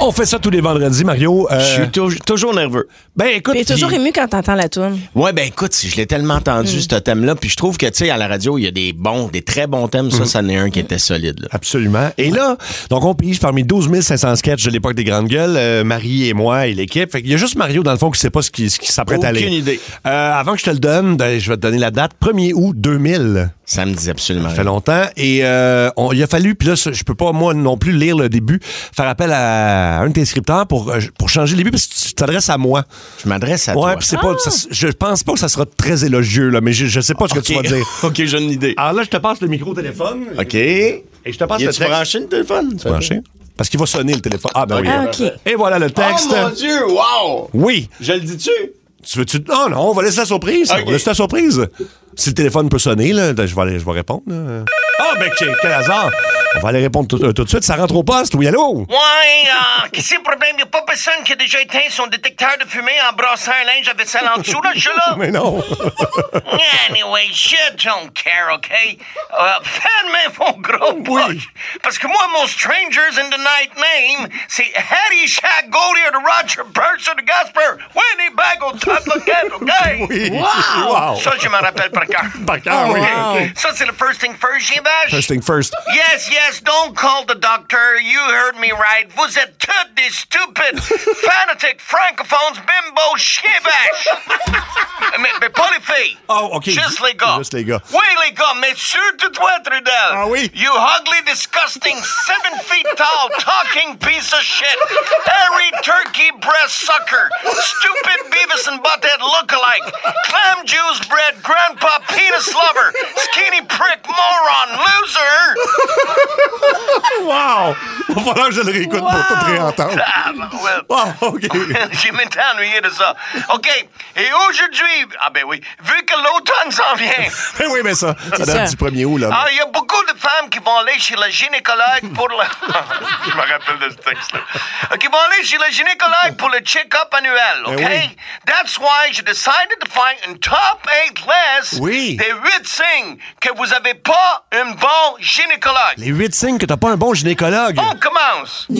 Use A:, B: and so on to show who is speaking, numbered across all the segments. A: on fait ça tous les vendredis, Mario. Euh,
B: Je suis tou- toujours nerveux.
A: Ben écoute,
C: T'es toujours
A: puis-
C: ému Mm. quand t'entends la toune.
B: Ouais, ben écoute, si je l'ai tellement entendu ce thème-là, puis je trouve que tu sais à la radio, il y a des bons, des très bons thèmes.
A: Mm-hmm.
B: Ça, ça en est un qui était solide. Là.
A: Absolument. Et là, donc on pige parmi 12 500 sketchs de l'époque des Grandes Gueules, euh, Marie et moi et l'équipe. Fait qu'il y a juste Mario, dans le fond, qui sait pas ce qui, ce qui s'apprête à
B: Aucune
A: aller.
B: idée.
A: Euh, avant que je te le donne, ben, je vais te donner la date. 1er août 2000.
B: Ça me dit absolument.
A: Ça fait
B: rien.
A: longtemps. Et euh, on- il a fallu, puis là, ça, je peux pas, moi, non plus lire le début, faire appel à un de tes scripteurs pour, euh, pour changer le début, parce que tu t'adresses à moi.
B: Je m'adresse à
A: ouais,
B: toi.
A: puis c'est pas, ça- je pense pas que ça sera très élogieux, là, mais je, je sais pas ce que tu vas dire.
B: Ok. ok, j'ai une idée.
A: Alors là, je te passe le micro au téléphone.
B: Ok. Y
A: Et je te passe le
B: a-tu
A: Ah, texte.
B: branché le téléphone?
A: Branché? Parce qu'il va sonner le téléphone. Ah, ben oui.
C: Ah, OK.
A: Et voilà le texte.
B: Oh mon Dieu, wow!
A: oui.
B: Je le dis-tu?
A: Tu veux-tu. Non, non, on va laisser la surprise.
B: Ok.
A: On laisse la surprise. Si le téléphone peut sonner, là, ben, je, vais aller- je vais répondre. là. Ah, ben, quel, quel hasard. On va aller répondre tout, euh, tout de suite. Ça rentre au poste. Oui, allô?
D: Ouais, euh, qu'est-ce que c'est le problème? Y a pas personne qui a déjà éteint son détecteur de fumée en brassant un linge à vaisselle en dessous, là, je là?
A: Mais non.
D: Anyway, je don't care, OK? Euh, Fermez vos gros poches. Parce que moi, mon Strangers in the Night name, c'est Harry Shack Goldie de Roger Burns de Gasper. Winnie Bagel, Todd Luckett, OK?
A: Wow.
D: Ça, je m'en rappelle par cœur.
A: Par cœur, oui.
D: OK. Ça, c'est le first thing first, j'y vache.
A: First thing first.
D: Yes, yes, don't call the doctor. You heard me right. Vous êtes tous des stupides, fanatiques, francophones, bimbo, chibash. mais, mais pas les filles.
A: Oh, OK.
D: Juste les gars.
A: Juste les gars.
D: Oui, les gars, mais surtout toi, Trudel.
A: Ah oui?
D: You ugly, disgusting, seven feet tall, talking piece of shit. Hairy turkey breast sucker. Stupid Beavis and Butthead lookalike. Clam juice bread, grandpa penis lover. Skinny prick moron, loser.
A: Wow. Il va falloir que je le réécoute pour tout réentendre.
D: Ah, well,
A: Wow, OK.
D: J'ai même ennuyé de ça. OK. Et aujourd'hui, ah ben oui, vu que l'automne s'en vient,
A: Eh oui, mais ça, ça
C: ça.
A: date du 1er août, là.
D: ah, il y a beaucoup de femmes qui vont aller chez le gynécologue pour le. Je me rappelle de ce texte-là. Euh, Qui vont aller chez le gynécologue pour le check-up annuel, OK?
A: Eh, oui.
D: That's why je decided to find une top 8 list
A: Oui.
D: des huit signes que vous avez pas un bon gynécologue.
A: Les huit signes que t'as pas un bon gynécologue.
D: On commence.
A: On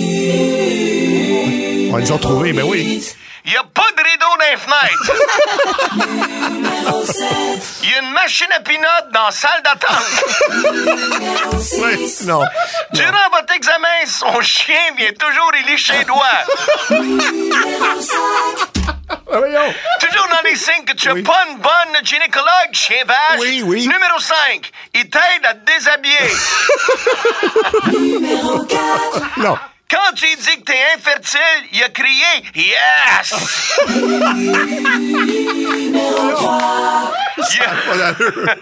A: les a trouvés, ben oui.
D: Il n'y a pas de rideau dans les fenêtres. Il y a une machine à pinote dans la salle d'attente.
A: Oui, non.
D: Durant votre examen, son chien vient toujours y licher les doigts.
A: Ben Voyons.
D: Toujours dans les signes que tu n'es pas une bonne gynécologue, chien vache.
A: Oui, oui.
D: Numéro 5, il t'aide à te déshabiller.
A: Non.
D: Quand tu lui dis que t'es infertile, il a crié Yes! il, a,
A: Pas d'allure.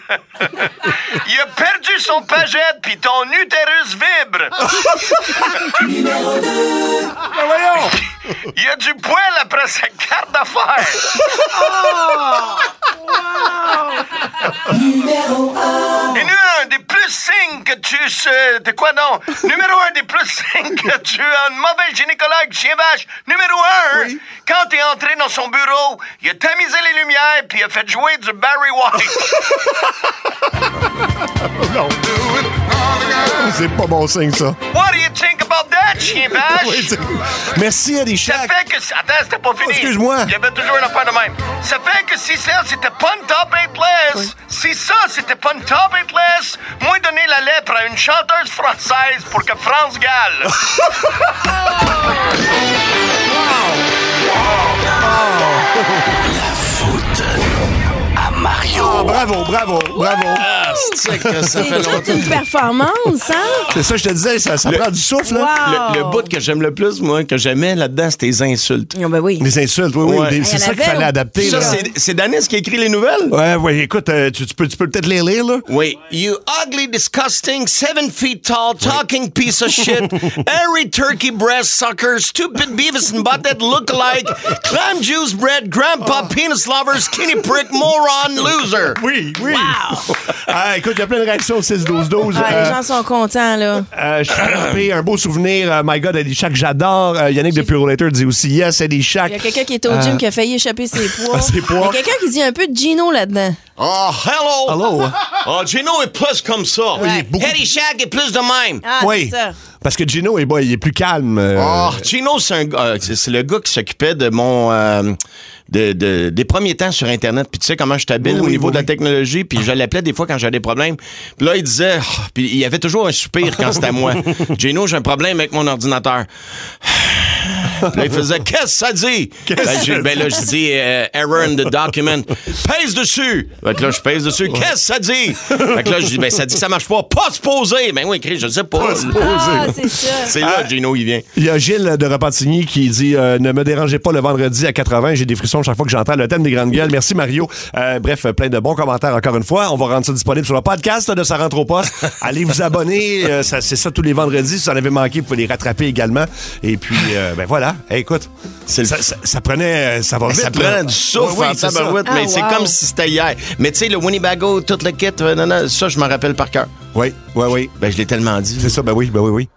D: il a perdu son pagette, puis ton utérus vibre.
A: Ben voyons.
D: Il a du poil après sa carte d'affaires. Numéro 1. des plus signes que tu... se- T'es quoi, non? Numéro un des plus signes que tu as une mauvaise gynécologue chez vache. Numéro un, quand t'es entré dans son bureau, il a tamisé les lumières puis il a fait jouer du Barry White.
A: C'est pas bon signe, ça.
D: What do you think about that, chien vache?
A: Oui, c'est- Merci, Eddie
D: Ça
A: Shack.
D: fait que. si- Attends, c'était pas fini.
A: Oh, excuse-moi.
D: Il y avait toujours une affaire de même. Ça fait que si ça, c'était pas une top 8 list, si ça, c'était pas une top 8 list, moi, donner la lèpre à une chanteuse française pour que France galle.
A: Ah, bravo, bravo, bravo.
B: Ah, c'est que ça fait
C: C'est toute
B: longtemps.
C: une performance, hein?
A: C'est ça, que je te disais, ça, ça prend du souffle, hein. là.
C: Wow!
B: Le, le bout que j'aime le plus, moi, que j'aimais là-dedans, c'était les insultes.
C: Ah, ben oui.
A: Les insultes, oui, oui.
B: Ouais.
A: des-
B: Il y
A: C'est
C: en
A: ça qu'il
C: avait,
A: fallait
C: ou-
A: adapter,
B: Ça,
A: là.
B: c'est c'est Danis qui écrit les nouvelles?
A: Ouais, ouais, écoute, euh, tu, tu peux, tu peux peut-être les lire, là.
B: Oui. You ugly, disgusting, seven feet tall, talking piece of shit, hairy turkey breast sucker, stupid Beavis and Butthead
D: Oh.
B: look-alike, clam juice bread, grandpa penis lover, skinny prick, moron, loser.
A: Oui, oui.
C: Wow!
A: Ah, écoute, il y a plein de réactions au 6-12-12.
C: Ah,
A: Euh,
C: les gens sont contents, là.
A: Euh, je suis frappé, un beau souvenir. Euh, my God, Eddie Shack, j'adore. Euh, Yannick de Pure Later dit aussi Yes, Eddie Shack.
C: Il y a quelqu'un qui était au gym qui a failli échapper ses poids.
A: euh, Ah, Ses poids.
C: Il y a quelqu'un qui dit un peu de Gino là-dedans.
B: Oh, hello!
A: Ah, Hello.
C: Ah,
A: Ah,
B: Oh, Gino est plus comme ça.
C: Ouais.
A: beaucoup-
B: Eddie Shack est plus de même.
C: Ah,
A: oui.
C: c'est ça.
A: Parce que Gino, eh ben, il est plus calme. euh,
B: Oh, Gino, c'est un gars- euh, c'est c'est le gars qui s'occupait de mon euh, de, de- des premiers temps sur internet. Puis tu sais comment je t'habille
A: Oui,
B: au
A: oui,
B: niveau
A: oui,
B: de la
A: oui.
B: technologie. Puis je l'appelais des fois quand j'avais des problèmes. Puis là, il disait, Oh, puis il y avait toujours un soupir quand c'était à moi. Gino, j'ai un problème avec mon ordinateur. Puis là, il faisait Qu'est-ce que ça dit? Ben, j'ai- ben là, je dis euh, Error in the document. Pèse dessus! Fait que là, je pèse dessus. Qu'est-ce que ça dit? Fait que là, je dis Ben, ça dit que ça marche pas. Pas se poser! Ben oui, écrit, je sais pas.
C: Ah, c'est ça.
B: C'est là, Gino, il vient.
A: Il y a Gilles de Repentigny qui dit euh, Ne me dérangez pas le vendredi à 80, j'ai des frissons chaque fois que j'entends le thème des grandes gueules. Merci Mario. Euh, bref, plein de bons commentaires encore une fois. On va rendre ça disponible sur le podcast de Sa rentre au poste. Allez vous abonner, euh, ça- c'est ça tous les vendredis. Si vous en avez manqué, vous pouvez les rattraper également. Et puis, euh, ben voilà, Hey, écoute,
B: C'est le-
A: ça, ça- ça prenait, euh, ça va vite.
B: Ça
A: là.
B: prend du souffle
A: Oui, oui,
B: en
A: c'est ça.
B: tabarouette,
C: Ah,
B: mais c'est
C: wow.
B: comme si c'était hier. Mais tu sais, le Winnebago, tout le kit, euh, non, non, ça, je m'en rappelle par cœur.
A: Oui, oui, oui.
B: Ben, je l'ai tellement dit.
A: C'est ça, ben oui, ben oui, oui.